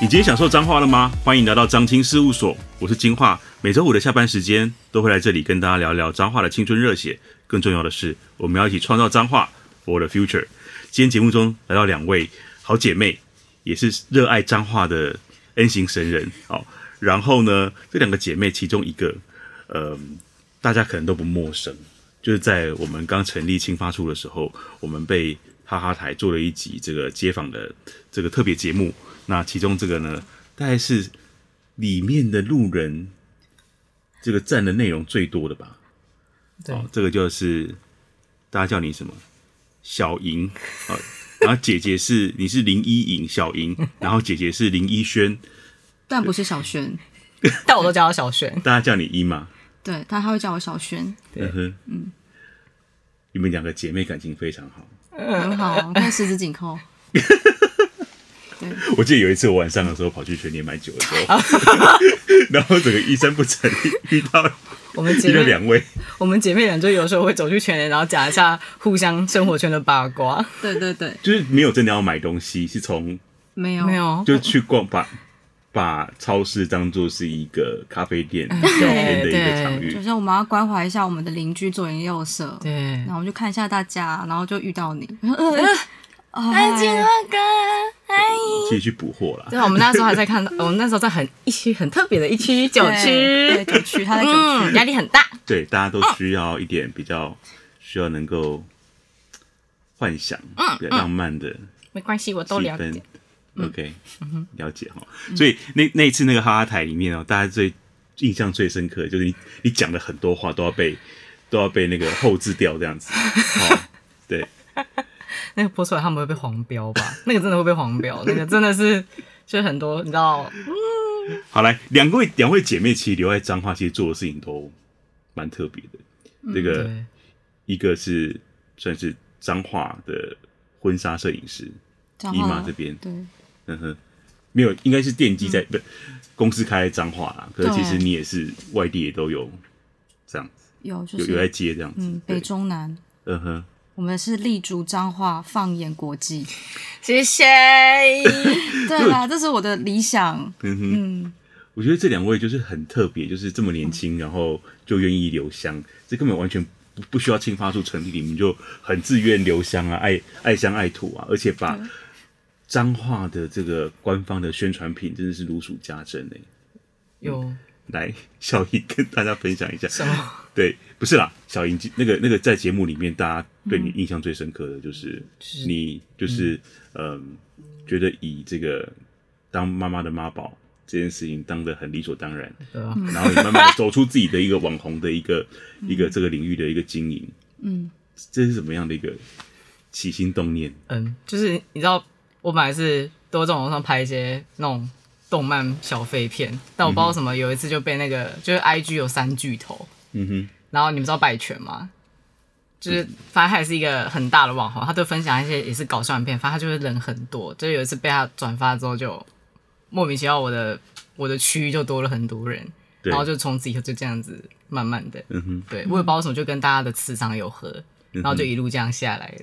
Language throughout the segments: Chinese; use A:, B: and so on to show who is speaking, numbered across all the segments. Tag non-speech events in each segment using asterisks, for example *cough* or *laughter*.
A: 你今天想说脏话了吗？欢迎来到张青事务所，我是金话。每周五的下班时间都会来这里跟大家聊聊脏话的青春热血。更重要的是，我们要一起创造脏话 for the future。今天节目中来到两位好姐妹，也是热爱脏话的 N 型神人。好，然后呢，这两个姐妹其中一个，呃，大家可能都不陌生，就是在我们刚成立青发处的时候，我们被哈哈台做了一集这个街访的这个特别节目。那其中这个呢，大概是里面的路人这个占的内容最多的吧。
B: 对
A: 哦，这个就是大家叫你什么小莹啊、哦然后姐姐是你是林依颖小莹，然后姐姐是林依轩，
C: 但不是小轩，
B: 但我都叫他小 *laughs* 轩。
A: 大家叫你依嘛。
C: 对，但他会叫我小轩，
A: 嗯哼，嗯，你们两个姐妹感情非常好。
B: 嗯
C: 很好，看十指紧扣。
A: *laughs* 我记得有一次我晚上的时候跑去全年买酒的时候，然后整个衣衫不整遇到
B: 我们姐
A: 遇到
B: 妹，
A: 两位，
B: 我们姐妹俩就有时候会走去全联，然后讲一下互相生活圈的八卦。
C: 对对对，
A: 就是没有真的要买东西，是从
C: 没
B: *laughs*
C: 有
B: 没，有，
A: 就去逛把把超市当做是一个咖啡店聊天的一个场域
C: 就。是我们要关怀一下我们的邻居左邻右舍，
B: 对
C: 然，后我就看一下大家，然后就遇
B: *laughs*
C: 到你，呃
B: 安静啊
C: 哎
A: 自己去补货啦。
B: 对，我们那时候还在看到，我们那时候在很一区很特别的一区九
C: 对对
B: 区，
C: 九区，他在九
B: 嗯，
C: 区，
B: 压力很大。
A: 对，大家都需要一点比较需要能够幻想、比较浪漫的
B: 没关系，我都
A: 气
B: 了
A: 氛
B: 解。。嗯
A: OK，了解哈。所以那那一次那个哈哈台里面哦，大家最印象最深刻的就是你你讲的很多话都要被都要被那个后置掉这样
B: *laughs*
A: 子。哦，对，
B: 那个播出来他们会被黄标吧？ *laughs* 那个真的会被黄标，那个真的是就是很多你知道，
A: 好来，两位两位姐妹其实留在彰化，其实做的事情都蛮特别的。这个、
B: 嗯对
A: 一个是算是彰化的婚纱摄影师，
C: 彰
A: 姨
C: 化
A: 妈这边
C: 对
A: 嗯哼，没有，应该是奠基在、
B: 嗯
A: 不公司开彰化啦。可是其实
C: 对
A: 你也是外地也都有这样，
C: 有就
A: 有有在
C: 是
A: 接这样子。
C: 嗯
A: 对
C: 北中南，
A: 嗯哼，
C: 我们是立足彰化，放眼国际，
B: 谢谢。
C: 对啦，这是我的理想，
A: 嗯哼，
C: 嗯，
A: 我觉得这两位就是很特别，就是这么年轻，然后就愿意留乡，这根本完全不不需要青发出成立，你们就很自愿留乡啊，爱爱乡爱土啊，而且把彰化的这个官方的宣传品真的是如数家珍哎、
B: *laughs* 有
A: 来，小莹跟大家分享一下
B: 什么？
A: 对，不是啦，小莹那个那个在节目里面，大家对你印象最深刻的就是
B: 嗯是
A: 你就是嗯、觉得以这个当妈妈的妈宝这件事情当得很理所当然，
B: 对啊吧？
A: 然后你慢慢的走出自己的一个网红的一
B: *laughs*
A: 个、
B: 嗯
A: 一个这个领域的一个经营，
C: 嗯，
A: 这是什么样的一个起心动念？
B: 嗯，就是你知道，我本来是都在网上拍一些那种动漫小废片，但我不知道为什么，有一次就被那个就是 I G 有三巨头，
A: 嗯哼，
B: 然后你们知道百全吗？就是
A: 嗯
B: 反正他也是一个很大的网红，他就分享一些也是搞笑影片，反正他就是人很多，就是有一次被他转发之后就莫名其妙我的我的区域就多了很多人，
A: 对
B: 然后就从此以后就这样子慢慢的，
A: 嗯哼，
B: 对我也不知道为什么就跟大家的磁场有合，
A: 嗯哼
B: 然后就一路这样下来了，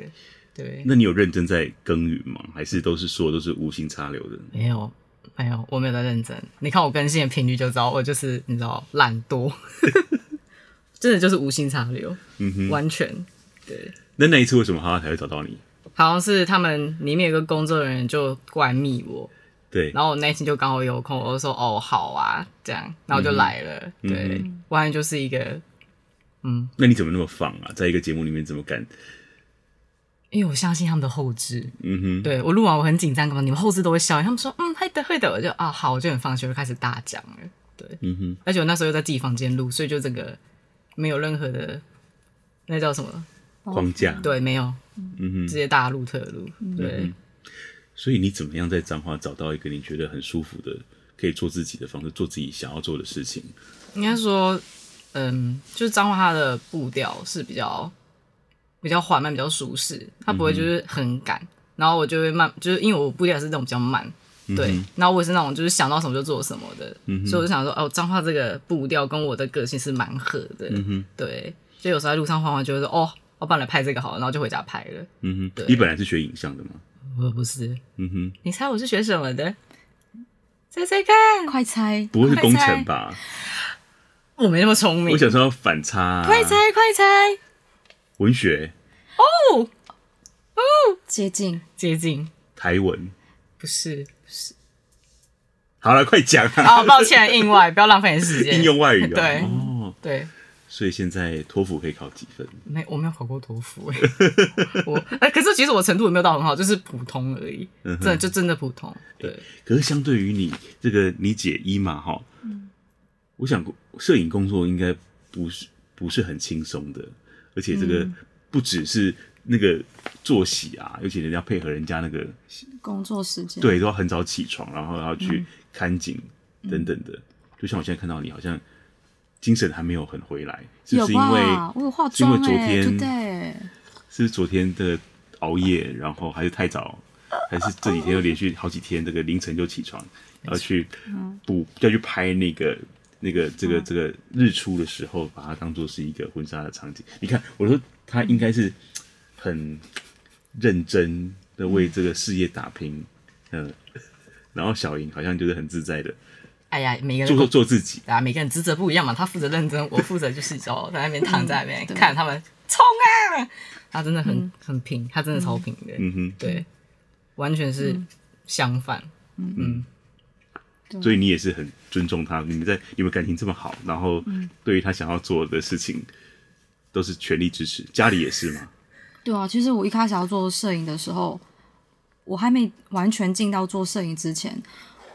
B: 对。
A: 那你有认真在耕耘吗？还是都是说都是无心插柳的？
B: 没有，没有，我没有在认真。你看我更新的频率就知道，我就是你知道懒惰， *laughs* 真的就是无心插柳，
A: 嗯哼，
B: 完全对。
A: 那那一次为什么哈哈才会找到你？
B: 好像是他们里面有个工作人员就过来密我，
A: 对，
B: 然后我那天就刚好有空，我就说哦好啊这样，然后就来了。
A: 嗯
B: 对，完全就是一个，嗯，
A: 那你怎么那么放啊？在一个节目里面怎么敢？
B: 因为我相信他们的后置，
A: 嗯哼，
B: 对我录完我很紧张，干嘛？你们后置都会笑，他们说嗯会的会的，我就啊好，我就很放心，我就开始大讲了。对，
A: 嗯哼，
B: 而且我那时候又在自己房间录，所以就这个没有任何的那叫什么？
A: 框架，
B: 哦对，没有，
A: 嗯哼，
B: 直接大录特录。对，
A: 所以你怎么样在彰化找到一个你觉得很舒服的，可以做自己的方式，做自己想要做的事情？
B: 应该说，嗯，就是彰化它的步调是比较比较缓慢，比较舒适，它不会就是很赶。然后我就会慢，就是因为我步调是那种比较慢，
A: 嗯
B: 对。然后我也是那种就是想到什么就做什么的，所以我就想说，哦，彰化这个步调跟我的个性是蛮合的，
A: 嗯哼
B: 对。就有时候在路上晃晃，就会说，哦，我帮你拍这个好了，然后就回家拍了。
A: 嗯哼
B: 对，
A: 你本来是学影像的嘛？
B: 我不是，
A: 嗯哼，
B: 你猜我是学什么的？猜猜看，
C: 快猜！
A: 不会是工程吧？
B: 我没那么聪明
A: 我。想说反差、啊，
B: 快猜快猜，
A: 文学、
C: 接近
B: 接近
A: 台文，
B: 不是
A: 好了，快讲啊！
B: 哦，抱歉，硬外，不要浪费你的时间。
A: *laughs* 应用外语哦，
B: 对
A: 哦，
B: 对，
A: 所以现在托福可以考几分？
B: 没我没有考过托福、欸，我哎、可是其实我程度也没有到很好，就是普通而已，
A: 嗯哼
B: 真的就真的普通。对，
A: 可是相对于你这个你姐一嘛哈，
C: 嗯
A: 我想摄影工作应该不是不是很轻松的，而且这
C: 嗯
A: 个不只是那个作息啊，尤其人家配合人家那个
C: 工作时间，，
A: 对，都要很早起床，然后要
C: 嗯
A: 去看景等等的。就像我现在看到你，好像精神还没有很回来，是不
C: 有
A: 是因为
C: 吧？我有化
A: 是因
C: 妆
A: 为昨
C: 哎，对
A: 天
C: 不对？
A: 是不是昨天的熬夜，然后还是太早，还是这几天又连续好几天这个凌晨就起床，要去补要去拍那个那个这个这个日出的时候，把它当做是一个婚纱的场景。你看，我说他应该是很认真的为这个事业打拼，嗯，然后小莹好像就是很自在的
B: 哎呀，每个人
A: 做
B: 都
A: 做自己，
B: 啊，每个人职责不一样嘛，他负责认真，我负责就是只要在那边躺在那边、
C: 嗯对
B: 看他们冲啊，他真的很、很平，他真的超平的，
A: 嗯哼。
B: 对，完全是相反。
A: 所以你也是很尊重他，你们在你们感情这么好，然后对于他想要做的事情，都是全力支持。家里也是嘛，
C: 对啊，其实我一开始要做摄影的时候，我还没完全进到做摄影之前，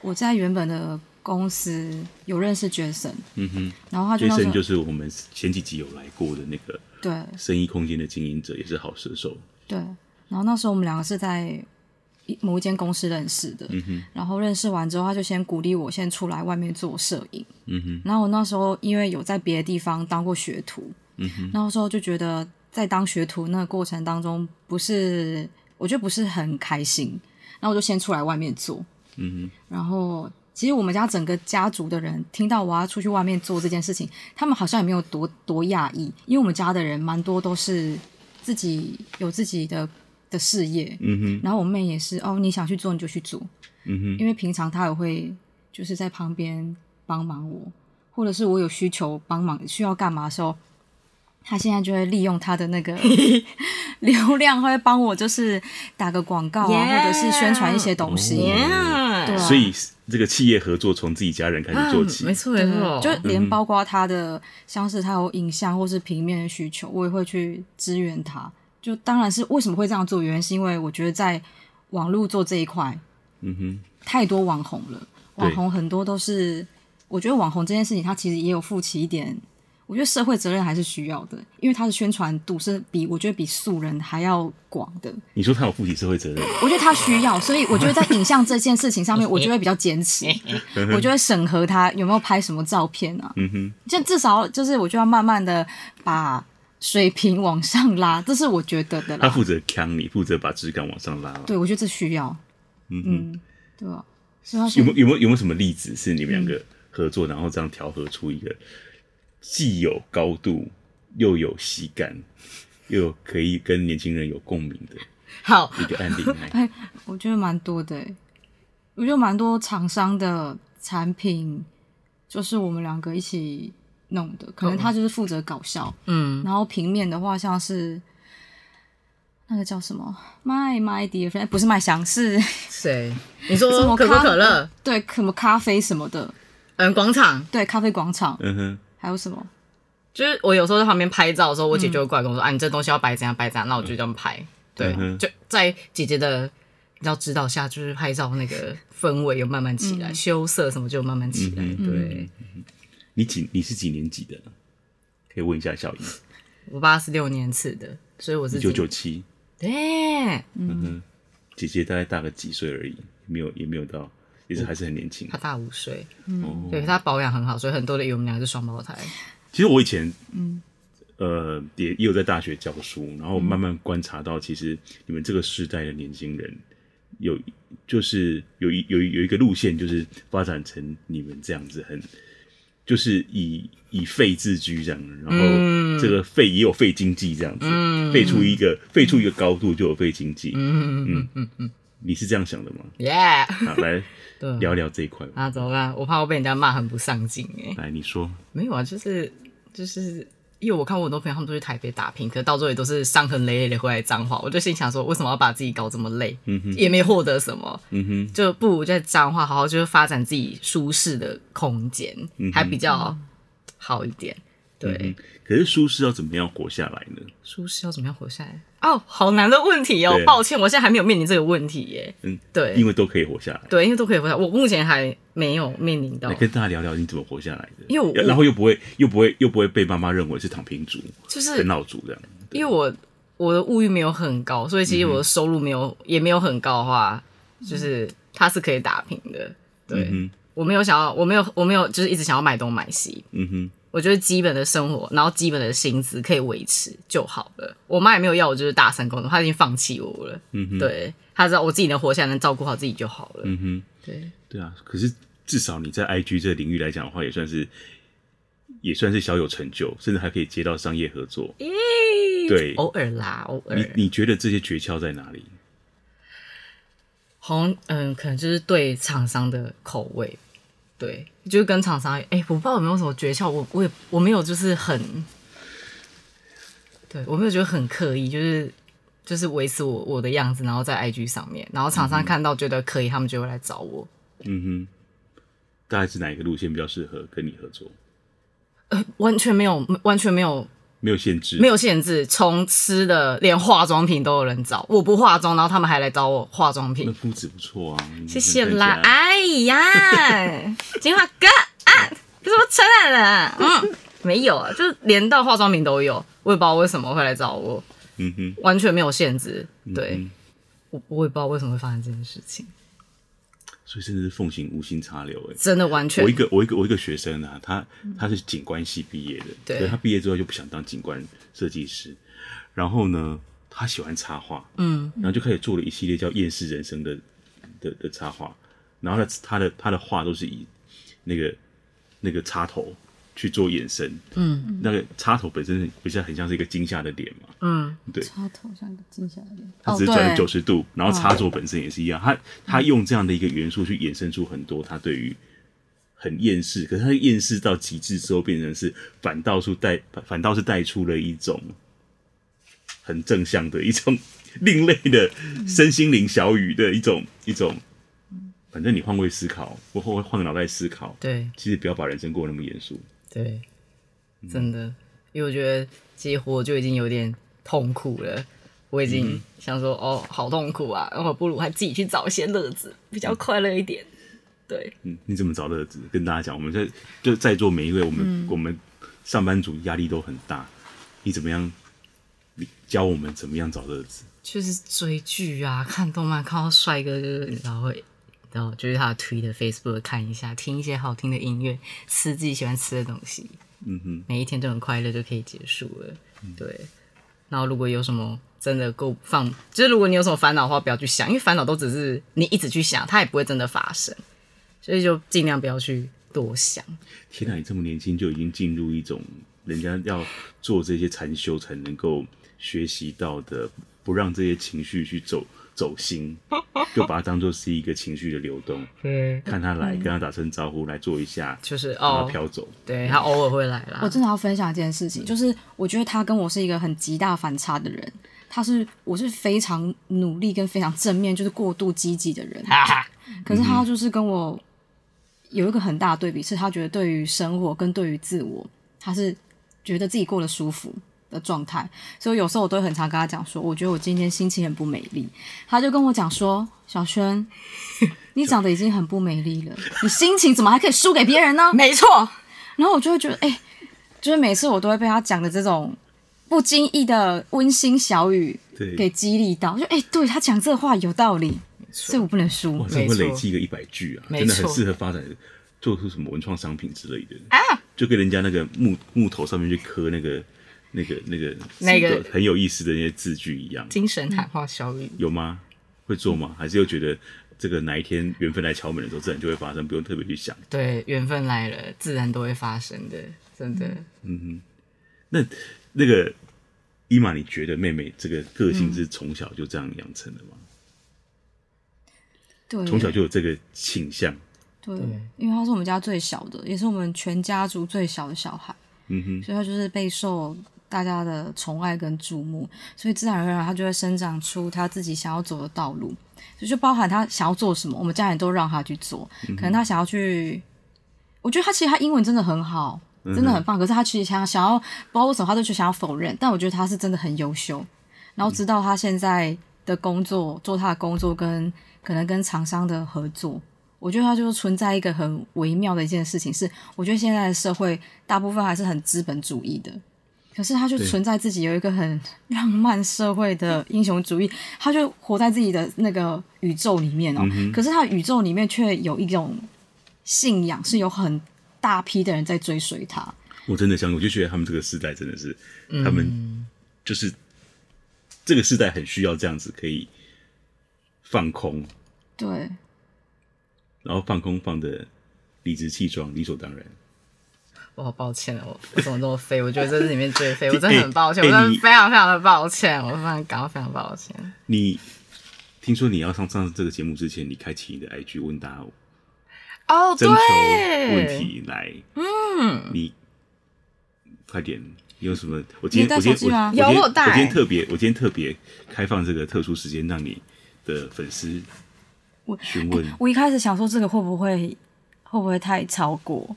C: 我在原本的公司有认识 Jason，
A: 嗯哼。
C: 然后他就那时
A: Jason
C: 候
A: 就是我们前几集有来过的那个
C: 对
A: 生意空间的经营者，也是好射手。
C: 对，然后那时候我们两个是在一某一间公司认识的，
A: 嗯哼，
C: 然后认识完之后，他就先鼓励我先出来外面做摄影。
A: 嗯哼，
C: 然后我那时候因为有在别的地方当过学徒，
A: 嗯哼，
C: 那时候就觉得在当学徒那个过程当中，不是我觉得不是很开心，然后我就先出来外面做。
A: 嗯
C: 然后其实我们家整个家族的人听到我要出去外面做这件事情，他们好像也没有多多讶异，因为我们家的人蛮多都是自己有自己的的事业。
A: 哼，嗯哼，
C: 然后我妹也是哦，你想去做你就去做，
A: 嗯哼，
C: 因为平常她也会就是在旁边帮忙我，或者是我有需求帮忙需要干嘛的时候，她现在就会利用她的那个流量，会帮我就是打个广告啊
B: Yeah
C: 或者是宣传一些东西。
A: 哦
C: 对啊
A: 所以这个企业合作从自己家人开始做起
B: 啊嗯没。错
C: 对
B: 没错，
C: 就连包括他的，像是他有影像或是平面的需求，我也会去支援他。就当然是为什么会这样做，原因是因为我觉得在网络做这一块
A: 嗯哼，
C: 太多网红了，
A: 对
C: 网红很多都是，我觉得网红这件事情，它其实也有负起一点，我觉得社会责任还是需要的，因为它的宣传度是比我觉得比素人还要广的，
A: 你说他有负起社会责任，
C: 我觉得他需要，所以我觉得在影像这件事情上面，我就会比较坚持，我就会审核他有没有拍什么照片啊，
A: 嗯哼，
C: 就至少就是我就要慢慢的把水平往上拉，这是我觉得的
A: 他
B: 啊
C: 啦。
A: 负责扛你，负责把质感往上拉嘛。
C: 对，我觉得这需要，
A: 嗯哼。
C: 嗯，对吧？所以他
A: 有
C: 现
A: 没有有没有有没有什么例子是你们两个合作，然后这样调和出一个既有高度又有喜感，又可以跟年轻人有共鸣的
B: 好，
A: 一个案 *laughs* 例呢？
C: 哎，我觉得蛮多的、欸，我觉得蛮多厂商的产品就是我们两个一起弄的，可能他就是负责搞笑，
B: 嗯，
C: 然后平面的话像是。那个叫什么？My My Dear Friend，不是麦香，是
B: 谁？你
C: 什么
B: 呃说可口
C: 咖
B: 可乐，
C: 对什么咖啡什么的，
B: 嗯，广场，
C: 对咖啡广场，
A: 嗯哼，
C: 还有什么？
B: 就是我有时候在旁边拍照的时候，我姐就会过来跟我说：“啊，你这东西要摆怎样摆怎样。”那我就这样拍。对
A: 嗯，哼
B: 就在姐姐的你知道指导下，就是拍照那个氛围有慢慢起来，羞涩什么就慢慢起来。
A: 嗯哼
B: 对，
A: 你几你是几年级的？可以问一下小姨，
B: 我爸是六年次的，所以我是
A: 一九九七，
B: 对，
A: 嗯哼，姐姐大概大个几岁而已，没有也没有到，也是还是很年轻
B: 他。大五岁，
A: 哦
B: 对，他保养很好，所以很多人以为我们两个是双胞胎。
A: 其实我以前，
B: 嗯
A: 呃，也也有在大学教书，然后慢慢观察到，其实你们这个时代的年轻人有，就是有一有一有一个路线，就是发展成你们这样子很。就是以以废自居这样，然后
B: 嗯
A: 这个废也有废经济这样子，废、出一个废出一个高度就有废经济，
B: 嗯嗯嗯嗯嗯，
A: 你是这样想的吗？
B: 耶，
A: 啊，
B: *laughs*
A: 来
B: 对
A: 聊聊这一块吧。
B: 啊，怎么办？我怕我被人家骂很不上进哎。
A: 来，你说，
B: 没有啊，就是就是，因为我看我很多朋友他们都去台北打拼，可到最后也都是伤痕累累的回来彰化，我就心想说，为什么要把自己搞这么累？
A: 嗯哼，
B: 也没获得什么，
A: 嗯哼，
B: 就不如在彰化好好就是发展自己舒适的空间，
A: 嗯哼
B: 还比较好一点。对，
A: 嗯哼可是舒适要怎么样活下来呢？
B: 舒适要怎么样活下来？哦，好难的问题哦
A: 对，
B: 抱歉，我现在还没有面临这个问题耶。
A: 嗯，
B: 对，
A: 因为都可以活下来。
B: 对，因为都可以回答，我目前还没有面临到
A: 来，跟大家聊聊你怎么活下来的，
B: 因为我
A: 然后又不会又不会又不会被妈妈认为是躺平族、
B: 就是
A: 啃老族这样。
B: 因为我我的物欲没有很高，所以其实我的收入没有、
A: 嗯
B: 也没有很高的话，就是它是可以打平的。对，
A: 嗯哼，
B: 我没有想要，我没有我没有就是一直想要买东买西，
A: 嗯哼，
B: 我觉得基本的生活，然后基本的薪资可以维持就好了。我妈也没有要我就是大三工作，她已经放弃我了。
A: 嗯哼，，
B: 对，她知道我自己能活下来，能照顾好自己就好了。
A: 嗯哼，
B: 对，
A: 对啊。可是至少你在 IG 这个领域来讲的话，也算是也算是小有成就，甚至还可以接到商业合作。对
B: 偶尔啦，偶尔。
A: 你你觉得这些诀窍在哪里？
B: 好像嗯，可能就是对厂商的口味，对，就是跟厂商，哎、我不知道有没有什么诀窍，我我也我没有，就是很，对我没有觉得很刻意，就是就是维持我我的样子，然后在 IG 上面，然后厂商看到觉得可以，他们就会来找我。
A: 嗯哼，大概是哪一个路线比较适合跟你合作？
B: 完全没有，完全没有，
A: 没有限制，
B: 没
A: 有，
B: 有限制，从吃的连化妆品都有人找。我不化妆，然后他们还来找我化妆
A: 那
B: 品。
A: 肤质不错啊。
B: 谢谢
A: 你看起
B: 啦
A: 来！*laughs*
B: 哎呀，金华哥啊，这怎么承认了？嗯，没有啊，就是连到化妆品都有，我也不知道为什么会来找我，
A: 嗯哼，
B: 完全没有限制。对、
A: 嗯
B: 我，我也不知道为什么会发生这件事情，
A: 所以甚至是奉行无心插柳、欸，
B: 真的完全嗯
A: 我一个我一个我一个学生啊，他他是景观系毕业的，
B: 对
A: 所以他毕业之后就不想当景观设计师，然后呢，他喜欢插画，
B: 嗯，
A: 然后就开始做了一系列叫厌世人生的的的插画，然后他他的他的画都是以那个那个插头去做衍生，嗯，那个插头本身不是很像是一个惊吓的点嘛，
B: 嗯，
C: 插头上静下来点，
A: 它
C: 哦
A: 只是转了
C: 对嗯
A: 九十度，然后插座本身也是一样，它它用这样的一个元素去衍生出很多它对于很厌世，可是它厌世到极致之后，变成是反倒是带反倒是带出了一种很正向的一种另类的身心灵小语的一种一种，反正你换位思考，或或换个脑袋思考，
B: 对
A: 其实不要把人生过得那么严肃。
B: 对，
A: 嗯
B: 真的，因为我觉得其实活就已经有点痛苦了。我已
A: 嗯
B: 经想说，哦，好痛苦啊！然后不如还自己去找一些乐子，比较快乐一点。对，
A: 嗯，你怎么找乐子？跟大家讲，我们在就在座每一位，我们、我们上班族压力都很大，你怎么样？你教我们怎么样找乐子？
B: 就是追剧啊，看动漫，看到帅哥就是你知道会，然后就是他的推的 Facebook 看一下，听一些好听的音乐，吃自己喜欢吃的东西，
A: 嗯哼，
B: 每一天都很快乐就可以结束了。对，然后如果有什么真的够放，就是如果你有什么烦恼的话，不要去想，因为烦恼都只是你一直去想，它也不会真的发生，所以就尽量不要去多想。
A: 天哪，你这么年轻就已经进入一种人家要做这些禅修才能够学习到的，不让这些情绪去走走心，就把它当做是一个情绪的流动，
B: 对，
A: 看他来，跟他打声招呼，来做一下，
B: 就是
A: 让他
B: 哦，
A: 飘走。
B: 对，他偶尔会来啦。
C: 我真的要分享一件事情，就是我觉得他跟我是一个很极大反差的人。他是我是非常努力跟非常正面，就是过度积极的
A: 嗯
C: 人。
B: 哈哈，
C: 可是他就是跟我有一个很大的对比，是他觉得对于生活跟对于自我，他是觉得自己过得舒服的状态。所以有时候我都会很常跟他讲说，我觉得我今天心情很不美丽。他就跟我讲说，小轩， *laughs* 你长得已经很不美丽了，你心情怎么还可以输给别人呢？
B: 没错，
C: 然后我就会觉得，哎、就是每次我都会被他讲的这种不经意的温馨小语
A: 对
C: 给激励到，就哎、对他讲这话有道理，所以我不能输
A: 哇，。哦这会
B: 没错
A: 累积个一百句啊，
B: 没
A: 真的很
B: 错啊
A: 适合发展做出什么文创商品之类的就跟人家那个木木头上面去刻那个那个那个
B: 那个
A: 很有意思的那些字句一样，
B: 精神喊话小雨。
A: 有吗？会做吗？还是又觉得这个哪一天缘分来敲门的时候，自然就会发生，不用特别去想。
B: 对，缘分来了，自然都会发生的，真的。
A: 那那个
B: 嗯
A: 伊玛，你觉得妹妹这个个性是从小就这样养成的吗？
C: 对，
A: 从小就有这个倾向。
C: 对
B: 对，
C: 因为他是我们家最小的，也是我们全家族最小的小孩，
A: 嗯哼，
C: 所以他就是备受大家的宠爱跟注目，所以自然而然他就会生长出他自己想要走的道路，所以就包含他想要做什么，我们家人都让他去做。
A: 嗯
C: 可能他想要去，我觉得他其实他英文真的很好，真
A: 嗯
C: 的很棒，可是他其实想想要，不知道为什么他就去想要否认，但我觉得他是真的很优秀。然后直到他现在的工作，做他的工作跟可能跟厂商的合作，我觉得它就是存在一个很微妙的一件事情，是我觉得现在的社会大部分还是很资本主义的，可是他就
A: 对
C: 存在自己有一个很浪漫社会的英雄主义，他就活在自己的那个宇宙里面哦，可是他的宇宙里面却有一种信仰，是有很大批的人在追随他，
A: 我真的相信，我就觉得他们这个世代真的是，他们就是这个世代很需要这样子可以放空，
C: 对。
A: 然后放空放的理直气壮、理所当然。
B: 我好抱歉，我我怎么这么废？我觉得这是里面最废，我真的
A: 哎
B: 很抱歉，
A: 哎
B: 我真
A: 你
B: 的非常非常的抱歉，我非常感到非常抱歉。
A: 你听说你要上上这个节目之前，你开启你的 IG 问答
B: 哦，
A: 征
B: 对，
A: 求问题来，嗯，你快点。你有什么？我今天我
C: 你
A: 今
C: 有带手机
A: 天我
C: 吗
A: 我今天
B: 有
A: 我
B: 我带
A: 今天特别我今天特别开放这个特殊时间，让你的粉丝询问。
C: 我一开始想说这个会不会会不会太超过？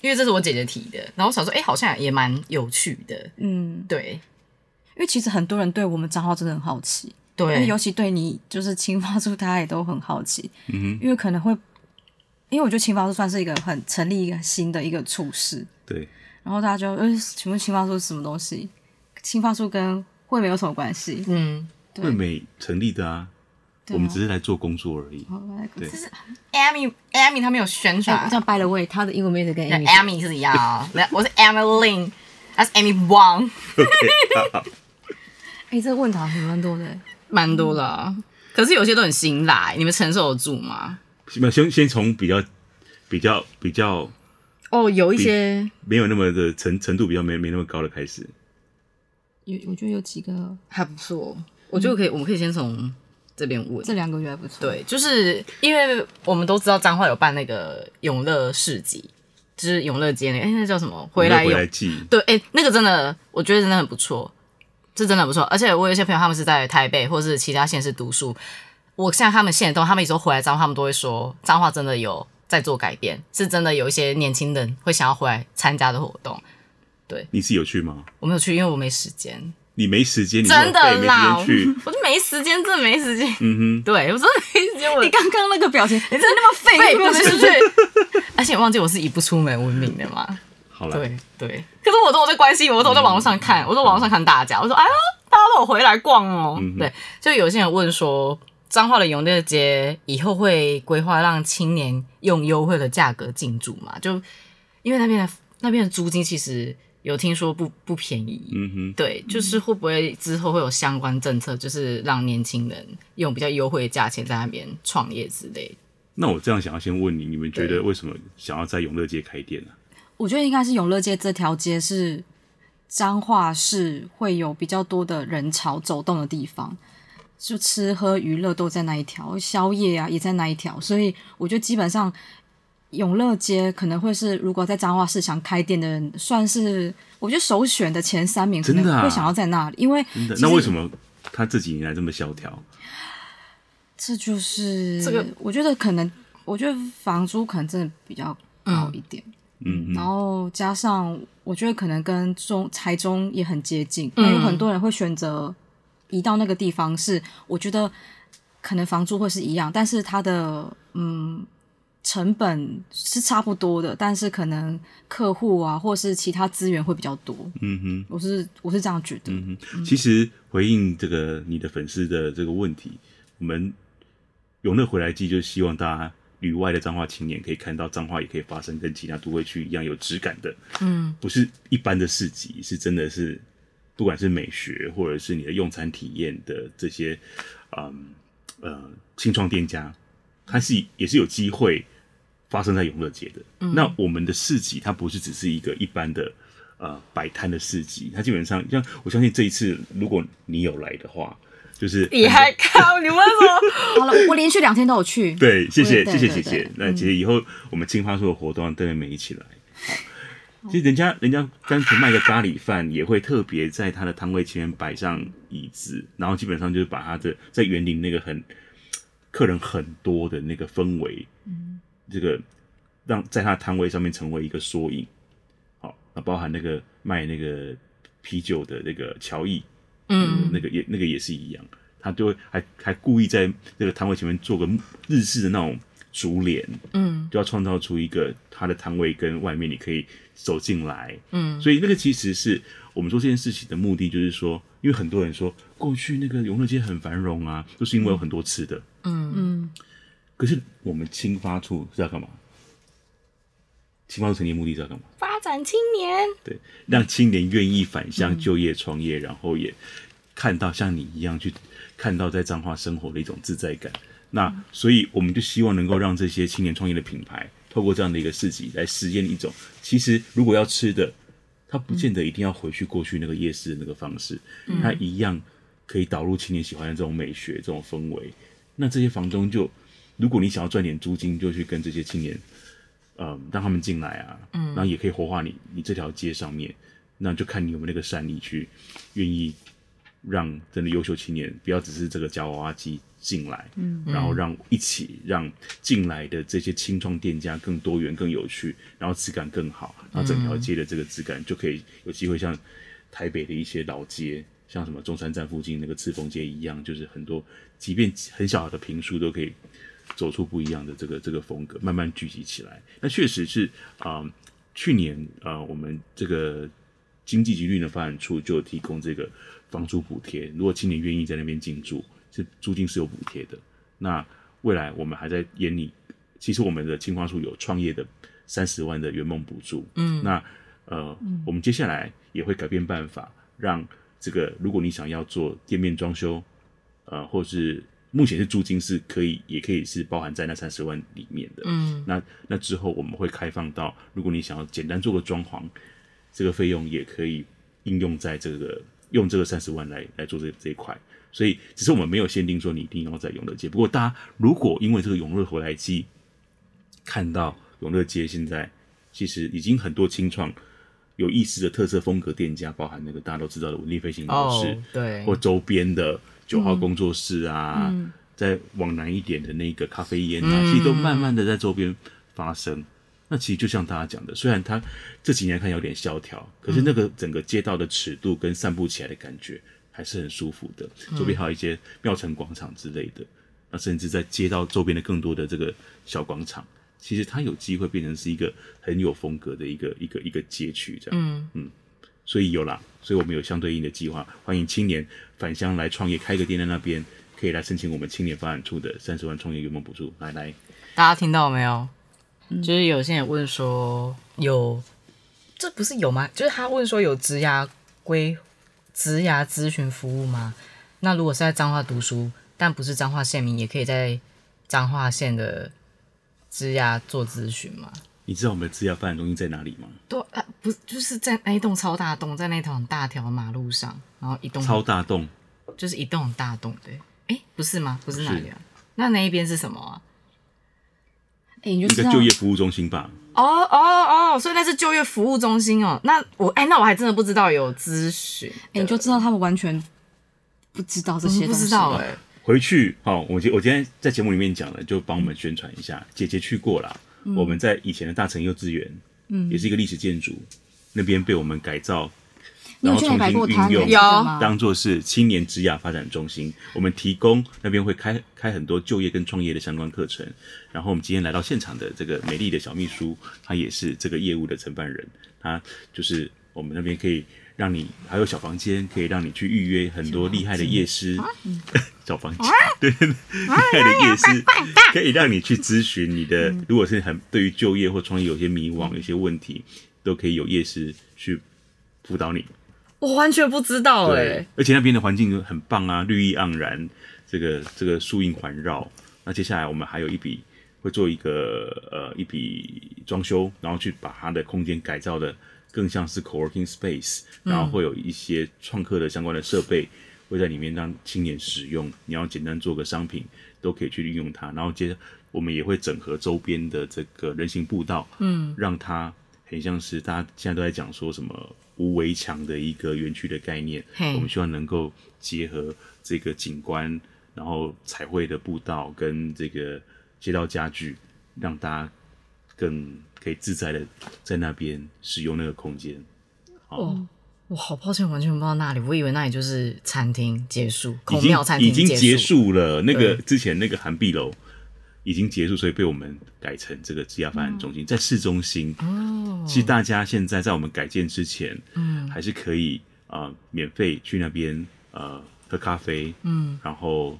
B: 因为这是我姐姐提的，然后我想说，哎、好像也蛮有趣的，
C: 嗯，
B: 对
C: 因为其实很多人对我们账号真的很好奇，因为
B: 对
C: 尤，其对你就是青发处，大家也都很好奇，
A: 嗯哼，
C: 因为可能会，因为我觉得青发处算是一个很成立一个新的一个处事，
A: 对，
C: 然后大家就呃，请问青发处是什么东西？青发处跟惠美有什么关系？
B: 嗯，
C: 对
A: 惠美成立的啊，
C: 对啊
A: 我们只是来做工作而已。
B: 哦
C: 好来
A: 对
B: 就是 Amy Amy 她没有宣
C: 哎
B: 传，
C: 这样 by the way，他的英文名字跟
B: 啊对
C: Amy
B: Amy 是一样啊，没有我是 Emily，她是 Amy Wang，
C: 哎、这个问答很蛮多的、
B: 蛮多的、啊，可是有些都很辛辣，你们承受得住吗？
A: 那先先从比较比较比较
B: 哦，有一
A: 比
B: 些
A: 没有那么的程程度比较没没那么高的开始。
C: 有我觉得有几个，
B: 还不错，我觉得可以，我们可以先从这边问。
C: 这两个月还不错。
B: 对，就是因为我们都知道彰化有办那个永乐市集，就是永乐街那个，哎、那叫什么？回来
A: 我们
B: 永
A: 回来记，
B: 对，哎、那个真的，我觉得真的很不错，是真的不错。而且我有一些朋友，他们是在台北或是其他县市读书，我像他们现在都，他们有时候回来彰化，他们都会说彰化真的有在做改变，是真的有一些年轻人会想要回来参加的活动。
A: 你是有去吗？
B: 我没有去，因为我没时间，
A: 你没时间，你
B: 真的啦，
A: 浪费，没时间去。
B: 我就没时间，真的没时间。
A: 嗯
B: 对，我真的没时间，我
C: *laughs* 你刚刚那个表情，你真的那么废？
B: 对，
C: 你没有
B: 不是
C: 时
B: 去
C: 间。，
B: 而且忘记我是以不出门闻名的嘛。
A: 哼，好了，
B: 对对，可是我都有在关心，我都在网络上看，我都网络上看大家，我说哎呦，大家都有回来逛哦。
A: 嗯哼
B: 对，就有些人问说，彰化的永乐街以后会规划让青年用优惠的价格进驻嘛？就因为那边的那边的租金其实有听说不不便宜，
A: 嗯哼，
B: 对，就是会不会之后会有相关政策，就是让年轻人用比较优惠的价钱在那边创业之类的？
A: 那我这样想要先问你，你们觉
B: 对
A: 得为什么想要在永乐街开店呢、啊
C: 我觉得应该是永乐街这条街是彰化市会有比较多的人潮走动的地方，就吃喝娱乐都在那一条，宵夜啊也在那一条，所以我觉得基本上永乐街可能会是如果在彰化市想开店的人，算是我觉得首选的前三名，可
A: 真的啊
C: 能会想要在那里，因为
A: 真的？
C: 其实
A: 那为什么他这几年来这么萧条？
C: 这就是
B: 这个，
C: 我觉得可能，我觉得房租可能真的比较高一点。
A: 嗯
C: 然
A: 哼，
C: 后加上，我觉得可能跟中台中也很接近，
B: 嗯
C: 那有很多人会选择移到那个地方是，我觉得可能房租会是一样，但是它的嗯成本是差不多的，但是可能客户啊或是其他资源会比较多，
A: 嗯哼。
C: 我是我是这样觉得。
A: 嗯哼，其实回应这个你的粉丝的这个问题，我们永乐回来记就希望大家旅外的彰化青年可以看到彰化也可以发生跟其他都会区一样有质感的，嗯，不是一般的市集，是真的是不管是美学或者是你的用餐体验的这些，嗯呃新创店家，它是也是有机会发生在永乐街的。那我们的市集它不是只是一个一般的呃摆摊的市集，它基本上像我相信这一次如果你有来的话，就是
B: 你还看？你为什么？
C: 好了，我连续两天都有去。
A: 对，谢谢
C: 对
A: 谢谢姐
C: 对对嗯
A: 姐。那姐姐以后我们青花素的活动啊都会每一起来。好，其实人家人家单纯卖个咖喱饭，也会特别在他的摊位前面摆上椅子，然后基本上就是把他的在园林那个很客人很多的那个氛围，这个让在他的摊位上面成为一个缩影。好，那包含那个卖那个啤酒的那个乔伊，
B: 嗯，
A: 那个也那个也是一样，他就会还还故意在那个摊位前面做个日式的那种竹帘，
B: 嗯，
A: 就要创造出一个他的摊位跟外面你可以走进来，
B: 嗯，
A: 所以那个其实是我们做这件事情的目的，就是说，因为很多人说过去那个永乐街很繁荣啊，就是因为有很多吃的，
C: 嗯，
A: 可是我们青发处是要干嘛？青发处成立的目的是要干嘛？
B: 发展青年，
A: 对，让青年愿意返乡就业创业，然后也看到像你一样去看到在彰化生活的一种自在感。那所以我们就希望能够让这些青年创业的品牌，透过这样的一个市集来实验一种，其实如果要吃的，它不见得一定要回去过去那个夜市的那个方式，它一样可以导入青年喜欢的这种美学、这种氛围。那这些房东就，如果你想要赚点租金，就去跟这些青年嗯，让他们进来啊，嗯，然后也可以活化你你这条街上面，那就看你有没有那个善力去愿意让真的优秀青年不要只是这个夹娃娃机进来，嗯，然后让一起让进来的这些清创店家更多元、更有趣，然后质感更好，然后整条街的这个质感就可以有机会像台北的一些老街。像什么中山站附近那个赤峰街一样，就是很多，即便很小的平数都可以走出不一样的这个这个风格，慢慢聚集起来。那确实是啊、呃去年呃，我们这个经济及绿能发展处就有提供这个房租补贴，如果青年愿意在那边进驻，是租金是有补贴的。那未来我们还在研拟，其实我们的青花处有创业的三十万的圆梦补助，嗯，那呃，我们接下来也会改变办法，让这个如果你想要做店面装修，呃，或是目前是租金是可以，也可以是包含在那三十万里面的。
B: 嗯，
A: 那那之后我们会开放到，如果你想要简单做个装潢，这个费用也可以应用在这个用这个三十万来来做这这一块。所以只是我们没有限定说你一定要在永乐街。不过大家如果因为这个永乐回来机看到永乐街现在其实已经很多清创有意思的特色风格店家，包含那个大家都知道的文丽飞行模式。
B: 哦，对，
A: 或周边的九号工作室啊，
C: 嗯
A: 再往南一点的那个咖啡烟啊，
B: 嗯
A: 其实都慢慢的在周边发生。那其实就像大家讲的，虽然它这几年看有点萧条，可是那个整个街道的尺度跟散步起来的感觉还是很舒服的。周边还有一些庙城广场之类的，那甚至在街道周边的更多的这个小广场，其实它有机会变成是一个很有风格的一个一个一个街区这样。
B: 嗯，
A: 所以有啦，所以我们有相对应的计划，欢迎青年返乡来创业，开个店在那边，可以来申请我们青年发展处的三十万创业圆梦补助。来来，
B: 大家听到没有？就是有些人问说有，这不是有吗？就是他问说有职涯规职涯咨询服务吗？那如果是在彰化读书，但不是彰化县民，也可以在彰化县的职涯做咨询吗？
A: 你知道我们的资料发展中心在哪里吗？
B: 对，啊，不是就是在那一栋超大栋，在那条很大条的马路上，然后一栋
A: 超大洞，
B: 就是一栋很大栋的，哎、不是吗？不是那里啊？那那一边是什么啊？
C: 哎，你就
A: 那
C: 知
A: 个
C: 道
A: 就业服务中心吧？
B: 哦哦哦，所以那是就业服务中心哦。那我哎、那我还真的不知道有咨询，
C: 哎、你就知道他们完全不知道这
B: 我
C: 些
B: 们
C: 东
B: 不
C: 西。
B: 知道哎、
A: 回去，好、我今我今天在节目里面讲了，就帮我们宣传一下。姐姐去过啦，我们在以前的大成幼稚园，嗯，也是一个历史建筑，那边被我们改造，
C: 你
A: 然
C: 有
A: 后重
C: 去那里摆
A: 新
C: 过摊
A: 运
C: 你
A: 用，
C: 记得吗？
A: 当做是青年职涯发展中心，我们提供那边会开开很多就业跟创业的相关课程。然后我们今天来到现场的这个美丽的小秘书，她也是这个业务的承办人，她就是我们那边可以让你还有小房间，可以让你去预约很多厉害的夜师， *laughs* 小房间， *laughs* 对对对，厉害的夜师，可以让你去咨询你的，如果是很对于就业或创业有些迷惘、有些问题，都可以有夜师去辅导你。
B: 我完全不知道哎、
A: 对，而且那边的环境很棒啊，绿意盎然，这个这个树荫环绕。那接下来我们还有一笔会做一个呃一笔装修，然后去把它的空间改造的更像是 co-working space，然后会有一些创客的相关的设备。会在里面让青年使用。你要简单做个商品，都可以去运用它。然后接着我们也会整合周边的这个人行步道，
B: 嗯，
A: 让它很像是大家现在都在讲说什么无围墙的一个园区的概念。
B: 嘿
A: 我们希望能够结合这个景观，然后彩绘的步道跟这个街道家具，让大家更可以自在的在那边使用那个空间。
B: 哦，我好抱歉，完全不知道那里，我以为那里就是餐厅结束，
A: 已
B: 孔
A: 经
B: 庙餐
A: 已
B: 厅
A: 经结
B: 束。
A: 束了，那个
B: 对
A: 之前那个韩碧楼已经结束，所以被我们改成这个职业发展中心，在市中心。
B: 嗯哦，
A: 其实大家现在在我们改建之前，
B: 嗯
A: 还是可以啊、呃免费去那边呃喝咖啡，
B: 嗯，
A: 然后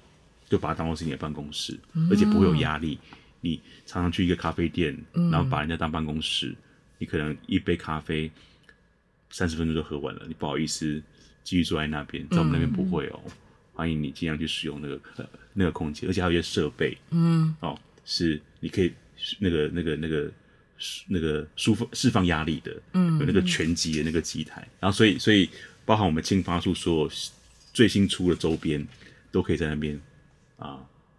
A: 就把它当做是你的办公室，而且不会有压力。你常常去一个咖啡店，
B: 嗯
A: 然后把人家当办公室，你可能一杯咖啡三十分钟就喝完了，你不好意思继续坐在那边，在我们那
B: 嗯
A: 边不会哦，欢迎你尽量去使用那个、呃那个空间，而且还有一些设备，
B: 嗯，
A: 哦，是你可以那个那个那个那个舒放释放压力的，嗯，有那个拳击的那个机台，然后所以所以包含我们庆发处所有最新出的周边都可以在那边啊、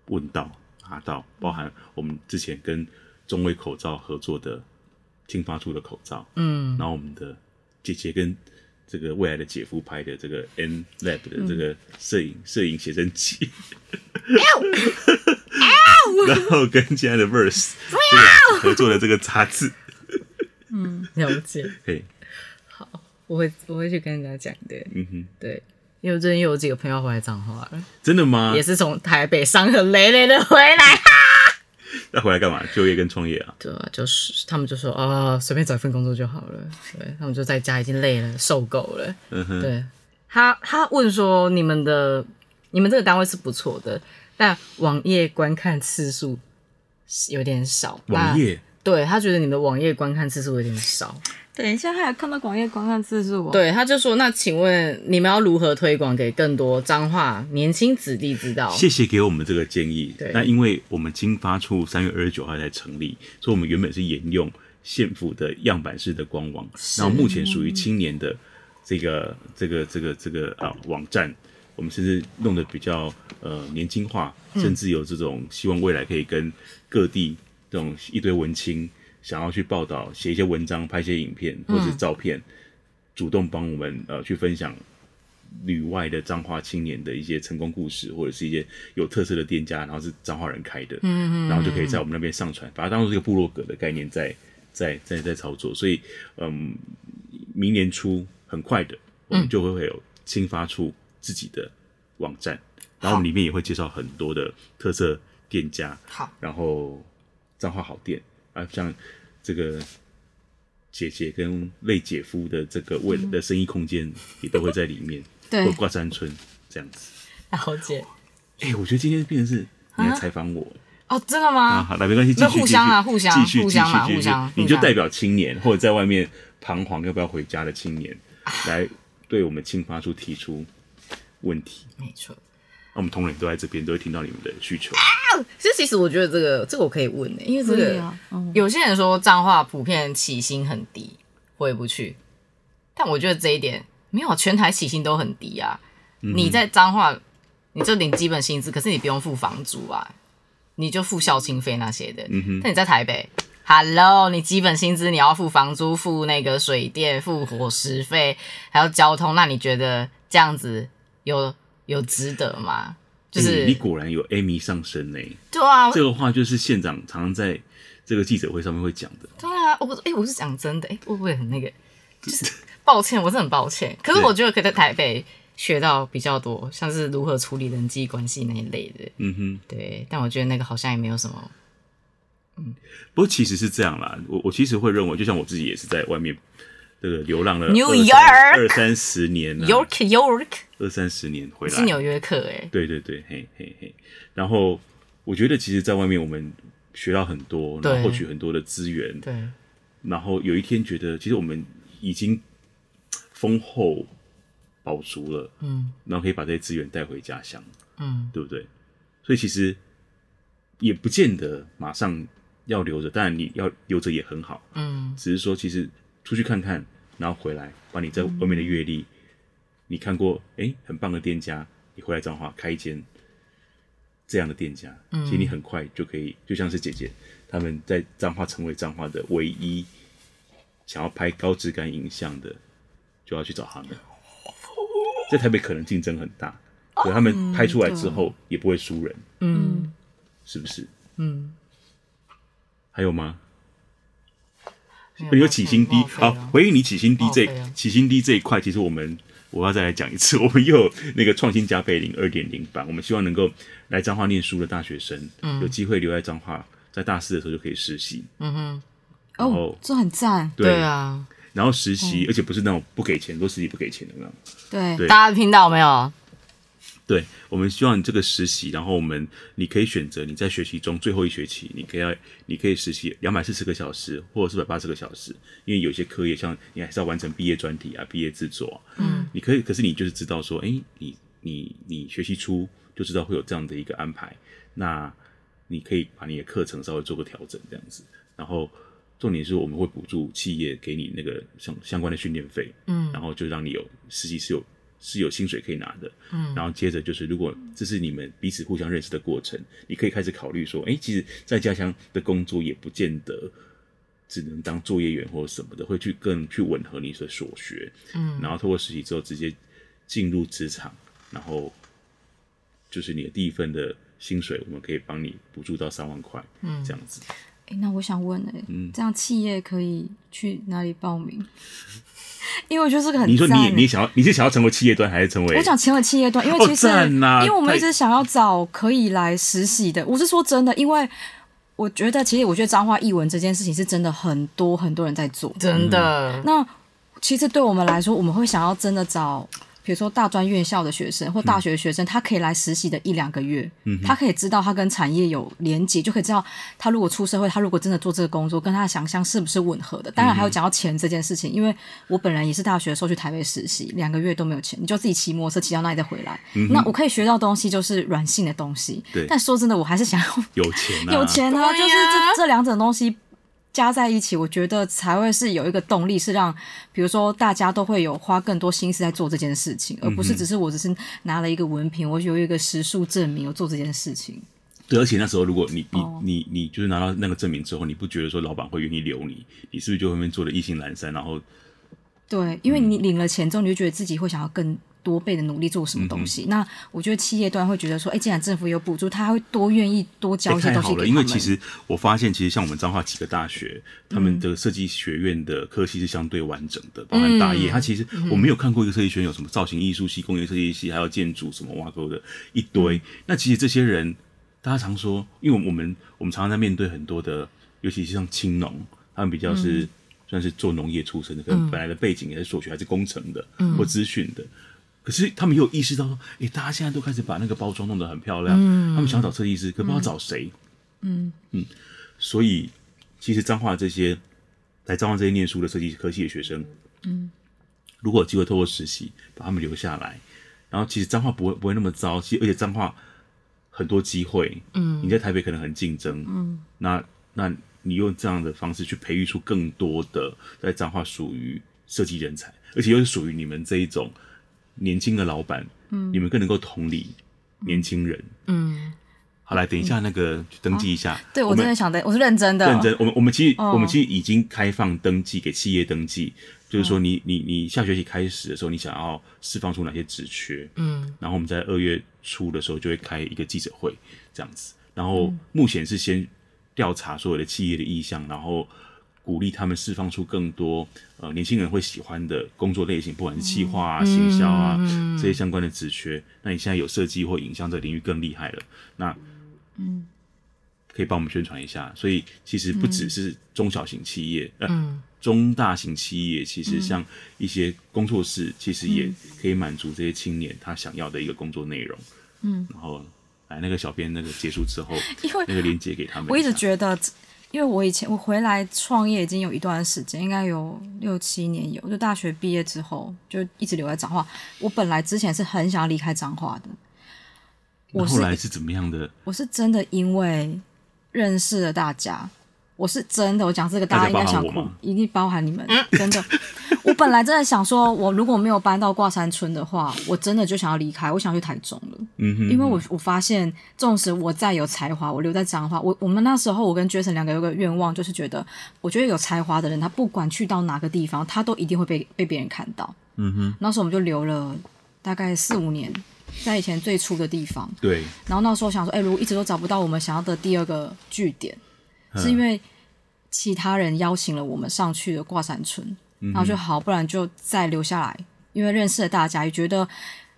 A: 问到拿到，包含我们之前跟中威口罩合作的庆发处的口罩，
B: 嗯，
A: 然后我们的姐姐跟这个未来的姐夫拍的这个 N Lab 的
B: 嗯
A: 这个摄影摄、影写真集， *laughs* 然后跟现在的 Verse 这个合作的这个杂志，
B: 了解，
A: 嘿，
B: 我会我会去跟人家讲的。
A: 嗯哼，
B: 对，因为最近有几个朋友回来彰化了，
A: 真的吗
B: 也？是从台北伤痕累累的回来。
A: 那回来干嘛？就业跟创业啊？
B: *laughs* 对啊，就是他们就说啊，随便找一份工作就好了。对他们就在家已经累了，受够了。
A: 嗯哼，
B: 对他，他问说你们的你们这个单位是不错的，但网页观看次数是有点少。
A: 网页
B: 那对啊他觉得你们的网页观看次数有点少。
C: 等一下，还有看到广业观看次数、哦，，
B: 对，他就说那请问你们要如何推广给更多彰化年轻子弟知道？
A: 谢谢给我们这个建议
B: 对。
A: 那因为我们经发处三月二十九号才成立，所以我们原本是沿用县府的样板式的官网，然后目前属于青年的这个这个这个这个啊网站，我们甚至弄得比较呃年轻化，甚至有这种希望未来可以跟各地这种一堆文青想要去报道，写一些文章、拍一些影片或是照片，主动帮我们呃去分享旅外的彰化青年的一些成功故事，或者是一些有特色的店家，然后是彰化人开的，嗯，然后就可以在我们那边上传，把它当做是一个部落格的概念在在在在操作。所以，嗯，明年初很快的，我们就会会有新发出自己的网站，然后我们里面也会介绍很多的特色店家，
B: 好，
A: 然后彰化好店啊，像这个姐姐跟类姐夫的这个未来的生意空间也都会在里面，
C: 对
A: 或挂山村这样子。
B: 了解。
A: 哎、我觉得今天变成是你来采访我
B: 哦，真的吗？
A: 啊，好，那没关系，继续
B: 那互相啊
A: 继续
B: 互相
A: 继续
B: 互相嘛
A: 继续
B: 互相
A: 继续你就代表青年或者在外面彷徨要不要回家的青年，来对我们青发处提出问题。
B: 没错。
A: 那我们同仁都在这边，都会听到你们的需求。
B: 其实，其实我觉得这个这个我可以问的、因为这
C: 可以
B: 个、
C: 啊，嗯，
B: 有些人说脏话普遍起薪很低，回不去，但我觉得这一点没有，全台起薪都很低啊。你在脏话，你就领基本薪资，可是你不用付房租啊，你就付校庆费那些的。
A: 嗯哼
B: 但你在台北，Hello，你基本薪资你要付房租、付那个水电、付伙食费，还有交通，那你觉得这样子有有值得吗？就是、
A: 哎你果然有 Amy 上身呢、
B: 对啊，
A: 这个话就是县长常常在这个记者会上面会讲的。
B: 对啊，我哎、我是讲真的，哎、会不会很
A: *laughs*
B: 那个？就是抱歉，我是很抱歉。可是我觉得可以在台北学到比较多，像是如何处理人际关系那一类的。
A: 嗯哼，
B: 对，但我觉得那个好像也没有什么。
A: 不过其实是这样啦，我我其实会认为，就像我自己也是在外面这个流浪了
B: New
A: 二三
B: York
A: 二三十年了、
B: York York
A: 二三十年回来
B: 是纽约客哎、
A: 对对对，嘿嘿嘿。然后我觉得，其实，在外面我们学到很多，然
B: 对
A: 后获取很多的资源，
B: 对，
A: 然后有一天觉得，其实我们已经丰厚饱足了，
B: 嗯
A: 然后可以把这些资源带回家乡。
B: 嗯，
A: 对不对？所以其实也不见得马上要留着，当然你要留着也很好，
B: 嗯，
A: 只是说其实出去看看，然后回来把你在外面的阅历，你看过诶很棒的店家，你回来彰化开一间这样的店家，其实你很快就可以，就像是姐姐他们在彰化成为彰化的唯一想要拍高质感影像的，就要去找他们。 *laughs* 在台北可能竞争很大，可他们拍出来之后也不会输人，
B: 嗯
A: 是不是？
B: 嗯，
A: 还有吗？
B: 没
A: 你有
B: 浪
A: 起
B: 费
A: 薪低
B: 浪，费
A: 好
B: 了，
A: 回应你起薪低这
B: 浪费啊了
A: 起薪低这一块，其实我们我要再来讲一次，我 *laughs* 们又有那个创新加倍零二点零版，我们希望能够来彰化念书的大学生，有机会留在彰化，在大四的时候就可以实习，
B: 嗯哼，
A: 然
C: 哦
A: 后，
C: 这很赞，
A: 对，
B: 啊，
A: 然后实习，而且不是那种不给钱，都实习不给钱的那种，
C: 对
A: 对
B: 大家听到没有？
A: 对，我们希望你这个实习，然后我们你可以选择你在学习中最后一学期，你可以要你可以实习两百四十个小时或者四百八十个小时，因为有些科业像你还是要完成毕业专题啊、毕业制作、啊，嗯，你可以，可是你就是知道说，哎，你你你学习初就知道会有这样的一个安排，那你可以把你的课程稍微做个调整，这样子，然后重点是我们会补助企业给你那个相相关的训练费，嗯，然后就让你有实习是有是有薪水可以拿的，嗯，然后接着就是如果这是你们彼此互相认识的过程，你可以开始考虑说，哎，其实在家乡的工作也不见得只能当作业员或什么的，会去更去吻合你的所学，嗯，然后透过实习之后直接进入职场，然后就是你的第一份的薪水，我们可以帮你补助到三万块，嗯，这样子。
C: 诶那我想问哎、
A: 嗯
C: 这样企业可以去哪里报名？ *laughs* 因为我觉得这个很
A: 你说
C: 赞、
A: 你也
C: 欸。
A: 你也想要你是想要成为企业端还是成为？
C: 我想成为企业端，因为
A: 哦
C: 其实、
A: 赞呐
C: 因为我们
A: 太
C: 一直想要找可以来实习的。我是说真的，因为我觉得其实我觉得彰化译文这件事情是真的很多很多人在做。
B: 真的，
C: 那其实对我们来说，我们会想要真的找，比如说大专院校的学生或大学的学生，他可以来实习的一两个月，他可以知道他跟产业有连结，就可以知道他如果出社会，他如果真的做这个工作，跟他的想象是不是吻合的。当然还有讲到钱这件事情，因为我本人也是大学的时候去台北实习，两个月都没有钱，你就自己骑摩托车骑到那里再回来。那我可以学到东西，就是软性的东西
A: 对。
C: 但说真的，我还是想要
A: 有钱啊，
C: 有钱啊，
B: 对呀
C: 就是这这两种东西加在一起，我觉得才会是有一个动力，是让比如说大家都会有花更多心思在做这件事情，而
A: 嗯
C: 不是只是我只是拿了一个文凭，我有一个时数证明，我做这件事情。
A: 对，而且那时候如果你你
C: 哦
A: 你你就是拿到那个证明之后，你不觉得说老板会愿意留你，你是不是就会面做的意兴阑珊？然后
C: 对，因为你
A: 嗯
C: 领了钱之后，你就觉得自己会想要更多倍的努力做什么
A: 嗯
C: 东西。那我觉得企业端会觉得说，哎，既然政府有补助，他会多愿意多交
A: 哎
C: 一些
A: 太
C: 东西
A: 好
C: 给
A: 了，
C: 他们。嗯
A: 因为其实我发现，其实像我们彰化几个大学，他们的设计学院的科系是相对完整的，包含大业，它其实
C: 嗯
A: 我没有看过一个设计学院有什么造型艺术系、工业设计系，还有建筑什么挖沟的一堆。
C: 嗯
A: 那其实这些人，大家常说，因为我们我们常常在面对很多的，尤其是像青农，他们比较
C: 嗯
A: 是、算是做农业出身的，可能本来的背景也是所学还是工程的、
C: 嗯
A: 或资讯的。可是他们也有意识到说，诶、大家现在都开始把那个包装弄得很漂亮，他们想要找设计师，可不知道找谁。嗯嗯嗯，所以其实彰化这些来彰化这些念书的设计科系的学生，嗯，如果有机会透过实习把他们留下来，然后其实彰化不会不会那么糟，其实而且彰化很多机会，嗯，你在台北可能很竞争，嗯，那那你用这样的方式去培育出更多的在彰化属于设计人才，而且又是属于你们这一种年轻的老板，嗯，你们更能够同理年轻人，
B: 嗯，
A: 好，来等一下那个去登记一下，
C: 对我
A: 们
C: 真的想的，我是认真的。
A: 认真，我们我们其实、
C: 哦
A: 我们其实已经开放登记给企业登记，就是
C: 嗯
A: 说你你你下学期开始的时候，你想要释放出哪些职缺，
B: 嗯，
A: 然后我们在二月初的时候就会开一个记者会，这样子。然
C: 嗯
A: 后目前是先调查所有的企业的意向，然后鼓励他们释放出更多呃年轻人会喜欢的工作类型，不管是企划
C: 嗯
A: 啊、行销啊、这些相关的职缺。那你现在有设计或影像这个领域更厉害了，那
C: 嗯
A: 可以帮我们宣传一下。所以其实不
C: 嗯
A: 只是中小型企业，呃，中大型企业，其实
C: 嗯
A: 像一些工作室，其实也可以满足这些青年他想要的一个工作内容。嗯，然后来那个小编那个结束
C: *laughs*
A: 之后，
C: 因为
A: 那个链接给他们下。
C: 我一直觉得，因为我以前我回来创业已经有一段时间，应该有六七年有，就大学毕业之后就一直留在彰化。我本来之前是很想要离开彰化的，
A: 那
C: 我
A: 后
C: 是
A: 来是怎么样的？
C: 我是真的因为认识了大家，我是真的，我讲这个大家应该想
A: 大家包含我
C: 哭
A: 吗，
C: *laughs* 一定包含你们，真的。我本来真的想说，我如果没有搬到挂山村的话，我真的就想要离开，我想要去台中了。
A: 嗯哼，
C: 因为我我发现，纵使我再有才华，我留在彰化，我我们那时候我跟 Jason 两个有个愿望，就是觉得，我觉得有才华的人，他不管去到哪个地方，他都一定会被被别人看到。
A: 嗯哼，
C: 那时候我们就留了大概四五年，在以前最初的地方。
A: 对，
C: 然后那时候想说，哎、如果一直都找不到我们想要的第二个据点，
A: 嗯
C: 是因为其他人邀请了我们上去的挂山村，
A: 嗯
C: 然后就好，不然就再留下来，因为认识了大家，也觉得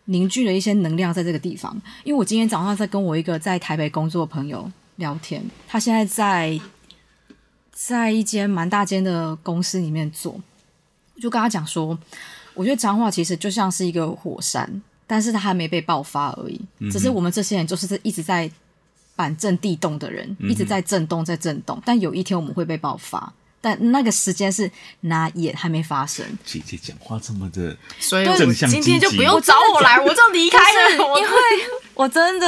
C: 凝聚了一些能量在这个地方。因为我今天早上在跟我一个在台北工作的朋友聊天，他现在在在一间蛮大间的公司里面做，我就跟他讲说，我觉得彰化其实就像是一个火山，但是它还没被爆发而已。只是我们这些人就是一直在板正地动的人，一直在震动，在震动。但有一天我们会被爆发，但那个时间是哪也还没发生。
A: 姐姐讲话这么的，
B: 所以
C: 对
B: 我
A: 正向
B: 今天就
A: 积极
B: 不用找我来，我就离开
C: 但是
B: 了。我
C: 因为哎 *laughs* 我真的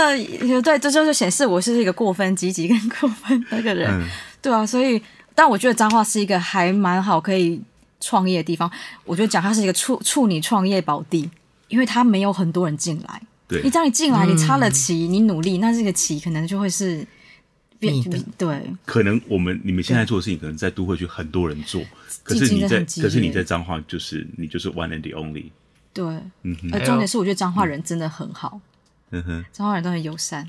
C: 呃对，这就是显示我是一个过分积极跟过分那个人。
A: 嗯
C: 对啊，所以但我觉得彰化是一个还蛮好可以创业的地方。我觉得讲它是一个处处女创业宝地，因为它没有很多人进来。
A: 对
C: 你只要你进来，你插了旗，你努力，那这个旗可能就会是变
B: 你的
C: 对
A: 可能我们你们现在做的事情，可能在都会区很多人做，可是
C: 竞
A: 你
C: 争
A: 在
C: 很激
A: 可是你
C: 烈
A: 在彰化就是你就是 one and only，
C: 对。
A: 嗯哼
C: 而重点是，我觉得彰化人真的很好，
A: 嗯哼
C: 彰化人都很友善。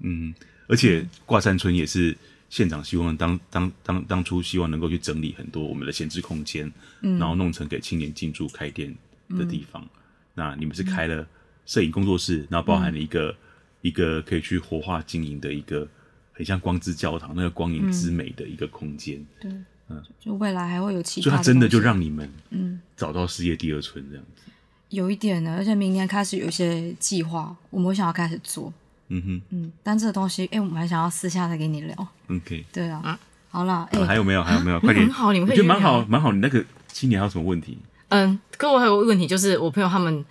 A: 嗯，而且挂山村也是县长希望当当当当初希望能够去整理很多我们的闲置空间，
B: 嗯
A: 然后弄成给青年进驻开店的地方。那你们是开了摄影工作室，然后包含了一
B: 嗯
A: 个、一个可以去活化经营的一个很像光之教堂那个光影之美的一个空间，
B: 嗯
C: 对，就未来还会有其他
A: 所以
C: 的
A: 它
C: 东西，
A: 真的嗯就让你们
C: 嗯
A: 找到世界第二春这样子。
C: 有一点呢，而且明年开始有一些计划，我们会想要开始做。
A: 嗯哼。
C: 嗯，但这个东西，哎、我们还想要私下再跟你聊。
A: OK，、哦
C: 对啊，
B: 啊
C: 好啦，哎、
A: 还有没有？还有没有？快点！
B: 很好你
A: 我
B: 们可以
A: 觉得蛮
B: 约聊
A: 好，蛮好。你那个青年还有什么问题？
B: 嗯，可我还有个问题，就是我朋友他们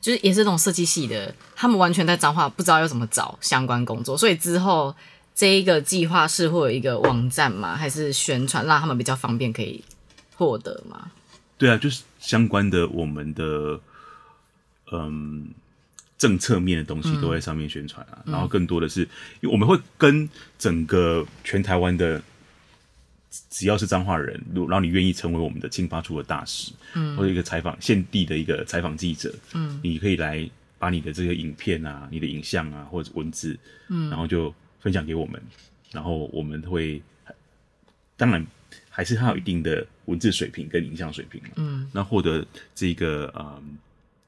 B: 就是也是这种设计系的，他们完全在彰化不知道要怎么找相关工作，所以之后这一个计划是会有一个网站吗？还是宣传让他们比较方便可以获得吗？
A: 对啊，就是相关的我们的嗯政策面的东西都在上面宣传啊，然后更多的是，因为我们会跟整个全台湾的。只要是彰化人，如然后你愿意成为我们的青发处的大使，嗯，或者一个采访现地的一个采访记者，嗯，你可以来把你的这个影片啊、你的影像啊或者文字，嗯，然后就分享给我们，然后我们会当然还是他有一定的文字水平跟影像水平嗯，那获得这个嗯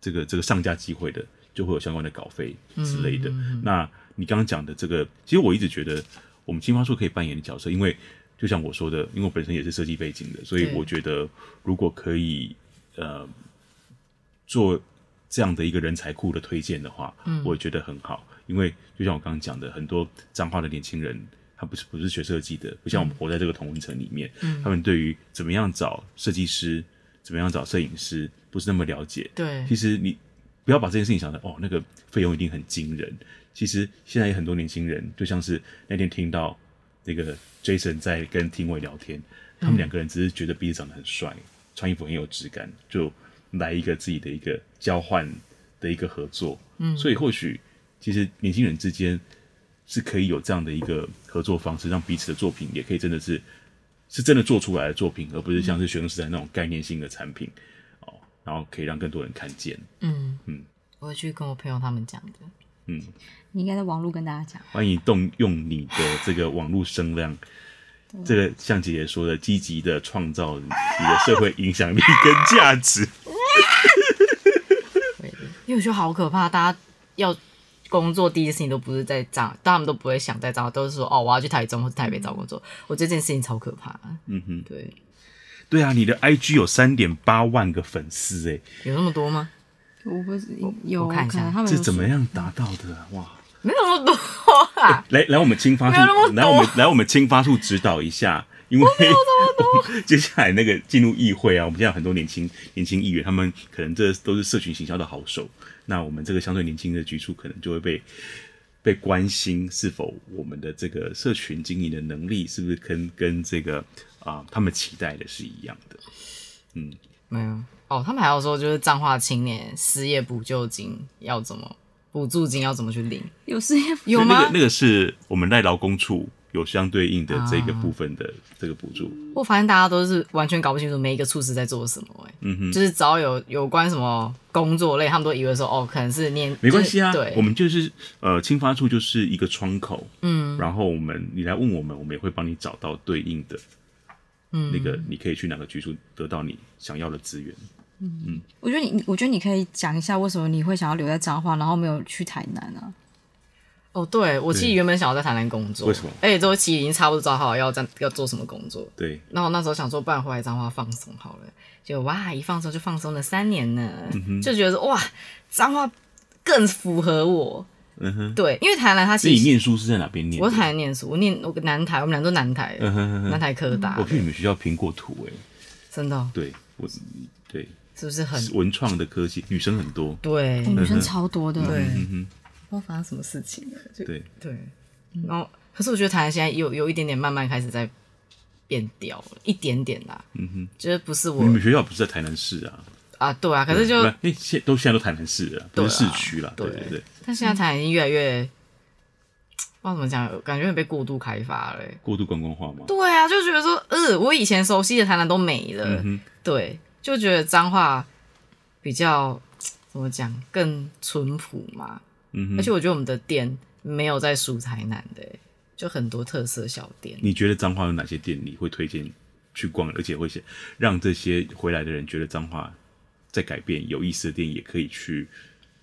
A: 这个这个上架机会的，就会有相关的稿费之类的。那你刚刚讲的这个，其实我一直觉得我们青花树可以扮演的角色，因为就像我说的，因为我本身也是设计背景的，所以
B: 对
A: 我觉得如果可以呃做这样的一个人才库的推荐的话，我觉得很好，因为就像我刚刚讲的，很多彰化的年轻人。他不是不是学设计的，不像我们活在这个同温层里面，他们对于怎么样找设计师、怎么样找摄影师不是那么了解。
B: 对
A: 其实你不要把这件事情想的哦，那个费用一定很惊人。其实现在有很多年轻人，就像是那天听到那个 Jason 在跟廷伟聊天，他们两个人只是觉得彼此长得很帅，穿衣服很有质感，就来一个自己的一个交换的一个合作。嗯，所以或许其实年轻人之间是可以有这样的一个合作方式，让彼此的作品也可以真的是是真的做出来的作品，而不是像是学生时代那种概念性的产品。哦，然后可以让更多人看见。
B: 嗯
A: 嗯，
B: 我会去跟我朋友他们讲的。
C: 你应该在网络跟大家讲。
A: 欢迎动用你的这个网络声量，这个像姐姐说的，积极的创造你的社会影响力跟价值。
B: 会的因为我觉得好可怕，大家要工作第一件事情都不是在彰，他们都不会想在彰，都是说哦我要去台中或者台北找工作。我觉得这件事情超可怕。
A: 嗯哼，
B: 对，
A: 对啊，你的 IG 有三点八万个粉丝、欸，
B: 有那么多吗？
C: 我不是有
B: 我看一下
C: 可能他们
A: 这
C: 有
A: 怎么
C: 说
A: 样达到的、啊？哇！
B: 没有那么多啊。
A: 来来，我们青发
B: 没有那么
A: 处，
B: 多
A: 来我们来我们青发处指导一下，因为 *laughs* 接下来那个进入议会啊，我们现在有很多年轻年轻议员，他们可能这都是社群行销的好手，那我们这个相对年轻的局处可能就会被被关心是否我们的这个社群经营的能力是不是跟跟这个啊、他们期待的是一样的，嗯，
B: 没有哦，他们还有说就是彰化青年失业补救金要怎么补助金要怎么去领，
C: *laughs* 有事业
B: 有
A: 那
B: 吗？
A: 个那个是我们赖劳工处有相对应的这个
B: 啊
A: 部分的这个补助。
B: 我发现大家都是完全搞不清楚每一个处室在做什么、欸，
A: 嗯哼，
B: 就是只要有有关什么工作类，他们都以为说哦，可能是念
A: 没关系啊
B: 就是，对，
A: 我们就是呃，青发处就是一个窗口，
B: 嗯
A: 然后我们你来问我们，我们也会帮你找到对应的
B: 嗯
A: 那个，你可以去哪个局处得到你想要的资源。
C: 我觉得你，我觉得你可以讲一下为什么你会想要留在彰化，然后没有去台南啊？
B: 哦，对我其实
A: 对
B: 原本想要在台南工作，
A: 为什么
B: 而且都其实已经差不多找好要在要做什么工作，
A: 对，
B: 然后那时候想说，不然回来彰化放松好了，就哇，一放松就放松了三年呢，就觉得哇，彰化更符合我。
A: 嗯哼。
B: 对，因为台南它
A: 那
B: 其
A: 你
B: 实
A: 念书是在哪边念的？
B: 我在台南念书，我念我南台，我们俩都南台的，
A: 嗯哼哼
B: 南
A: 哼。
B: 台科大
A: 我
B: 的，
A: 去你们学校评过图哎、
B: 真的哦
A: 对我对
B: 是不是很
A: 是文嗯创的科系，女生很多。
B: 对
C: 哎女生超多的，
B: 对？
A: 嗯哼，
B: 我发生什么事情了？就
A: 对，
B: 对，然后可是我觉得台南现在有有一点点慢慢开始在变调了，一点点啦，
A: 嗯
B: 就是不是我
A: 哼，你们学校不是在台南市啊？
B: 啊，对啊，可是就
A: 不那现都现在都台南市了，
B: 对
A: 不
B: 啊
A: 是市区啦。对
B: 对
A: 对对，
B: 但现在台南已经越来越，不知道怎么讲，感觉有点被过度开发了欸、
A: 过度观光化嘛。
B: 对啊，就觉得说，呃，我以前熟悉的台南都没了，
A: 嗯哼，
B: 对，就觉得彰化比较怎么讲更淳朴嘛，
A: 嗯哼。
B: 而且我觉得我们的店没有在输台南的欸、就很多特色小店。
A: 你觉得彰化有哪些店你会推荐去逛，而且会先让这些回来的人觉得彰化在改变，有意思的店也可以去，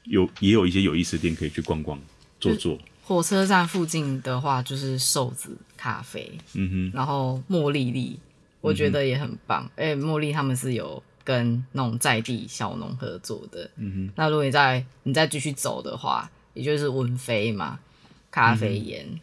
A: 有也有一些有意思的店可以去逛逛、坐坐。
B: 火车站附近的话，就是瘦子咖啡，
A: 嗯哼，
B: 然后茉莉莉，我觉得也很
A: 嗯
B: 棒。哎、茉莉他们是有跟那种在地小农合作的。
A: 嗯
B: 那如果你再你再继续走的话，也就是文飞嘛，咖啡
A: 嗯
B: 烟。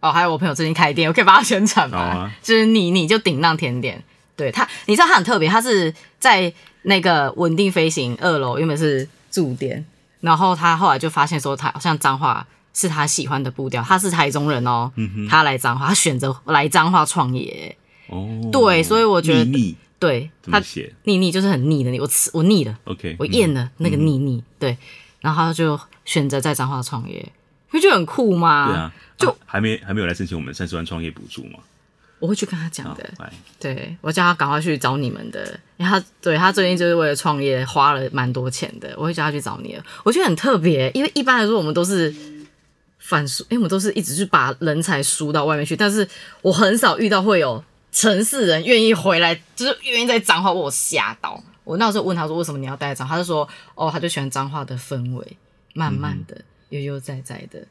B: 哦，还有我朋友最近开店，我可以帮他宣传吗？
A: 好啊
B: 就是你，你就顶浪甜点，对他，你知道他很特别，他是在那个稳定飞行二楼原本是驻店，然后他后来就发现说他好像彰化是他喜欢的步调，他是台中人哦，
A: 嗯
B: 他来彰化，他选择来彰化创业，
A: 哼，哦，
B: 对所以我觉得
A: 秘密
B: 对
A: 怎么
B: 他
A: 写
B: 腻腻就是很腻的腻，我吃我腻了。
A: ？OK，
B: 我
A: 嗯
B: 厌啊了那个腻腻，对，然后他就选择在彰化创业，不觉得很酷吗？
A: 对啊，
B: 就
A: 啊还没还没有来申请我们三十万创业补助嘛？
B: 我会去跟他讲
A: 好
B: 的，，
A: 来，
B: 对我叫他赶快去找你们的，因为他对他最近就是为了创业花了蛮多钱的，我会叫他去找你的，我觉得很特别，因为一般来说我们都是。反输，因为我们都是一直去把人才输到外面去，但是我很少遇到会有城市人愿意回来，就是愿意在彰化，我有吓到。我那时候问他说为什么你要待在彰化，他就说哦，他就喜欢彰化的氛围，慢慢的、悠悠哉哉的。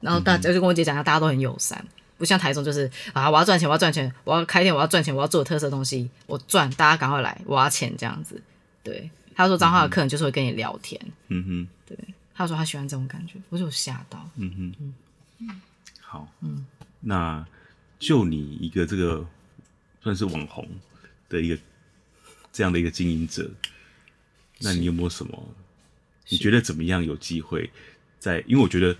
B: 然后大家就跟我姐讲，大家都很友善，不像台中就是啊，我要赚钱，我要赚钱，我要开店，我要赚钱，我要做有特色的东西，我赚，大家赶快来，我要钱这样子。对，他说彰化的客人就是会跟你聊天，
A: 嗯哼，
B: 他说他喜欢这种感觉，我就有吓到。
A: 嗯哼，好，嗯，那就你一个这个算是网红的一个这样的一个经营者，那你有没有什么？你觉得怎么样有机会在？因为我觉得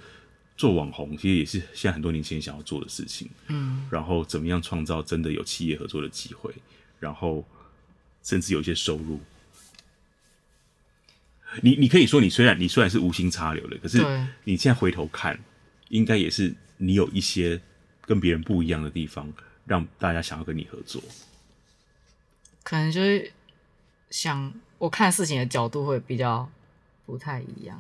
A: 做网红其实也是现在很多年轻人想要做的事情。嗯，然后怎么样创造真的有企业合作的机会，然后甚至有一些收入。你你可以说你虽然你虽然是无心插柳的，可是
B: 对
A: 你现在回头看，应该也是你有一些跟别人不一样的地方，让大家想要跟你合作。
B: 可能就是想我看事情的角度会比较不太一样，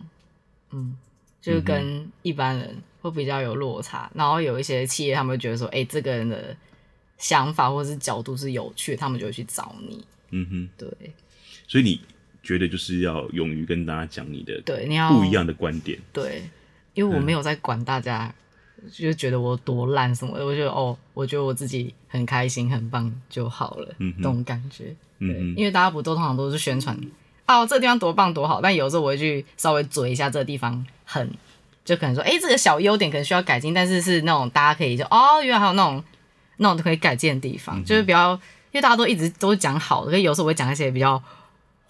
B: 嗯，就是跟一般人会比较有落差。然后有一些企业他们会觉得说，哎、这个人的想法或者是角度是有趣，他们就会去找你。
A: 嗯哼，
B: 对
A: 所以你觉得就是要勇于跟大家讲你的
B: 对，你要
A: 不一样的观点。
B: 对，因为我没有在管大家，就是觉得我多烂什么的，我觉得哦，我觉得我自己很开心很棒就好了，
A: 嗯哼
B: 那种感觉。对，
A: 嗯哼，
B: 因为大家不都通常都是宣传哦，这个地方多棒多好，但有时候我会去稍微嘴一下这个地方很，就可能说，哎、这个小优点可能需要改进，但是是那种大家可以就哦，原来还有那种那种可以改进的地
A: 嗯
B: 方，就是比较，因为大家都一直都讲好的，可是有时候我会讲一些比较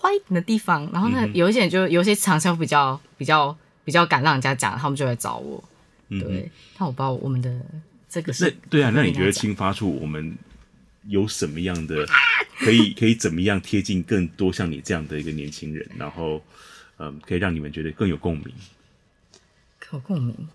B: 坏一点的地方，然后
A: 嗯
B: 呢，有一些人就有一些厂商比较比较比较敢让人家讲，他们就会找我，
A: 嗯
B: 对，
A: 哼。
B: 但我不知道我们的这个
A: 那
B: 是
A: 对啊，那
B: 跟
A: 你
B: 大
A: 觉得
B: 家讲
A: 青发处我们有什么样的 *laughs* 可以可以怎么样贴近更多像你这样的一个年轻人，然后嗯，可以让你们觉得更有共鸣。
B: 有共鸣。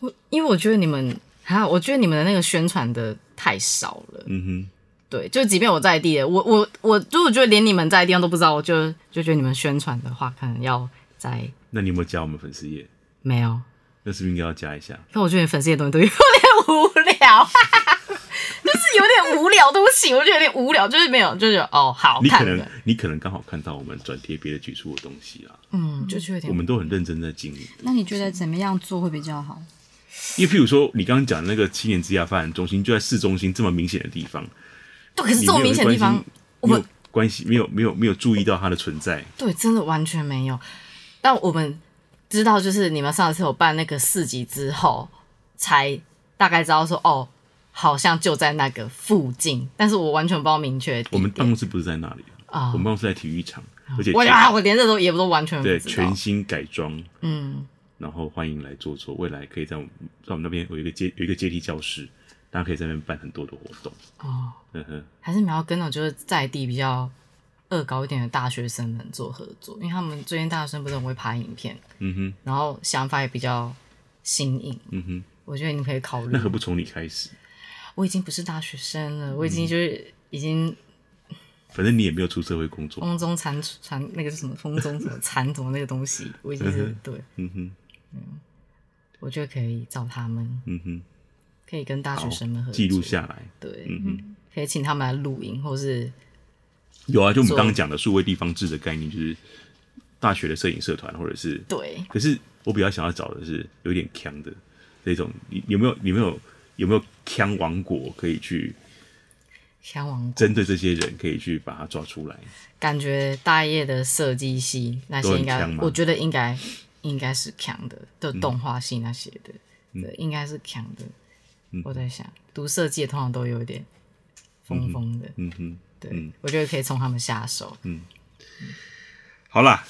B: 我因为我觉得你们啊，我觉得你们的那个宣传的太少了。
A: 嗯
B: 对，就即便我在地的，我我我，就我觉得连你们在的地方都不知道，我就就觉得你们宣传的话，可能要在
A: 哼，那你有没有加我们粉丝页？
B: 没有。
A: 那是不是应该要加一下？
B: 可我觉得你粉丝的东西都有点无聊， *laughs* 就是有点无聊，对不起，我觉得有点无聊，就是没有，就是哦，好
A: 你可
B: 看
A: 能
B: 的，
A: 你可能刚好看到我们转贴别的局处的东西啊，
B: 嗯，就觉得有
A: 我
B: 点
A: 们都很认真在经营的。
C: 那你觉得怎么样做会比较好？
A: 因为譬如说你刚刚讲那个七年之亚发展中心就在市中心这么明显的地方，
B: 对，可是
A: 你
B: 这么明显的地方，我
A: 没有
B: 们
A: 去关心没有关系，没有没有没有注意到它的存在。
B: 对，真的完全没有。但我们知道，就是你们上次有办那个市集之后，才大概知道说，哦，好像就在那个附近，但是我完全不知道明确的地
A: 我们办
B: 点
A: 公室不是在那里，
B: 啊
A: 我们办公室在体育场，而且
B: 我
A: 全
B: 啊，我连这都也都完全不
A: 对
B: 知道
A: 全。新改装，
B: 嗯，
A: 然后欢迎来坐坐，未来可以在我们在我们那边有一个阶有一个阶梯教室，大家可以在那边办很多的活动。
B: 哦，
A: 嗯哼，
B: 还是你们要跟那种就是在地比较恶搞一点的大学生们做合作，因为他们最近大学生不是很会拍影片，
A: 嗯哼，
B: 然后想法也比较新颖，
A: 嗯哼，
B: 我觉得你可以考虑
A: 那。何不从你开始？
B: 我已经不是大学生了，我已
A: 嗯
B: 经就是已经
A: 反正你也没有出社会工作。
B: 风中残残那个是什么风中什么残什么那个东西，我已经是对，
A: 嗯哼，
B: 我觉得可以找他们，
A: 嗯哼，
B: 可以跟大学生们合
A: 好，
B: 作
A: 记录，下来。
B: 对，
A: 嗯哼，
B: 可以请他们来录影，或是
A: 有啊，就我们
B: 做
A: 刚刚讲的数位地方志的概念，就是大学的摄影社团或者是
B: 对
A: 可是我比较想要找的是有点强的那种，你有没有有没有有没有强王国可以去
B: 香王国，
A: 针对这些人，可以去把他抓出来？
B: 感觉大业的设计系那
A: 都
B: 些
A: 很
B: 应该
A: 强，吗
B: 我觉得应该应该是强的，的动画系那些的，
A: 嗯
B: 对，应该是强的。我在想，读设计的通常都有一点疯疯的，
A: 嗯哼，
B: 对，我觉得可以从他们下手。
A: 好啦，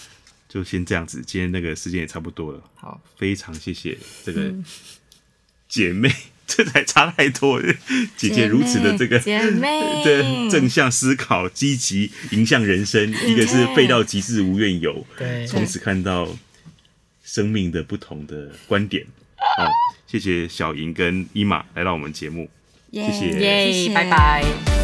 A: 就先这样子，今天那个时间也差不多了，
B: 好，
A: *laughs* 非常谢谢这个姐妹， *laughs* 这才差太多，姐姐如此的这个。
B: 姐妹，
A: 对，正向思考，积极迎向人生。一个是废到极致无怨尤，
B: 对
A: 从此看到生命的不同的观点。好，谢谢小莹跟伊玛来到我们节目。
C: 耶
A: 谢谢
B: 耶
C: 谢，谢
B: 拜拜。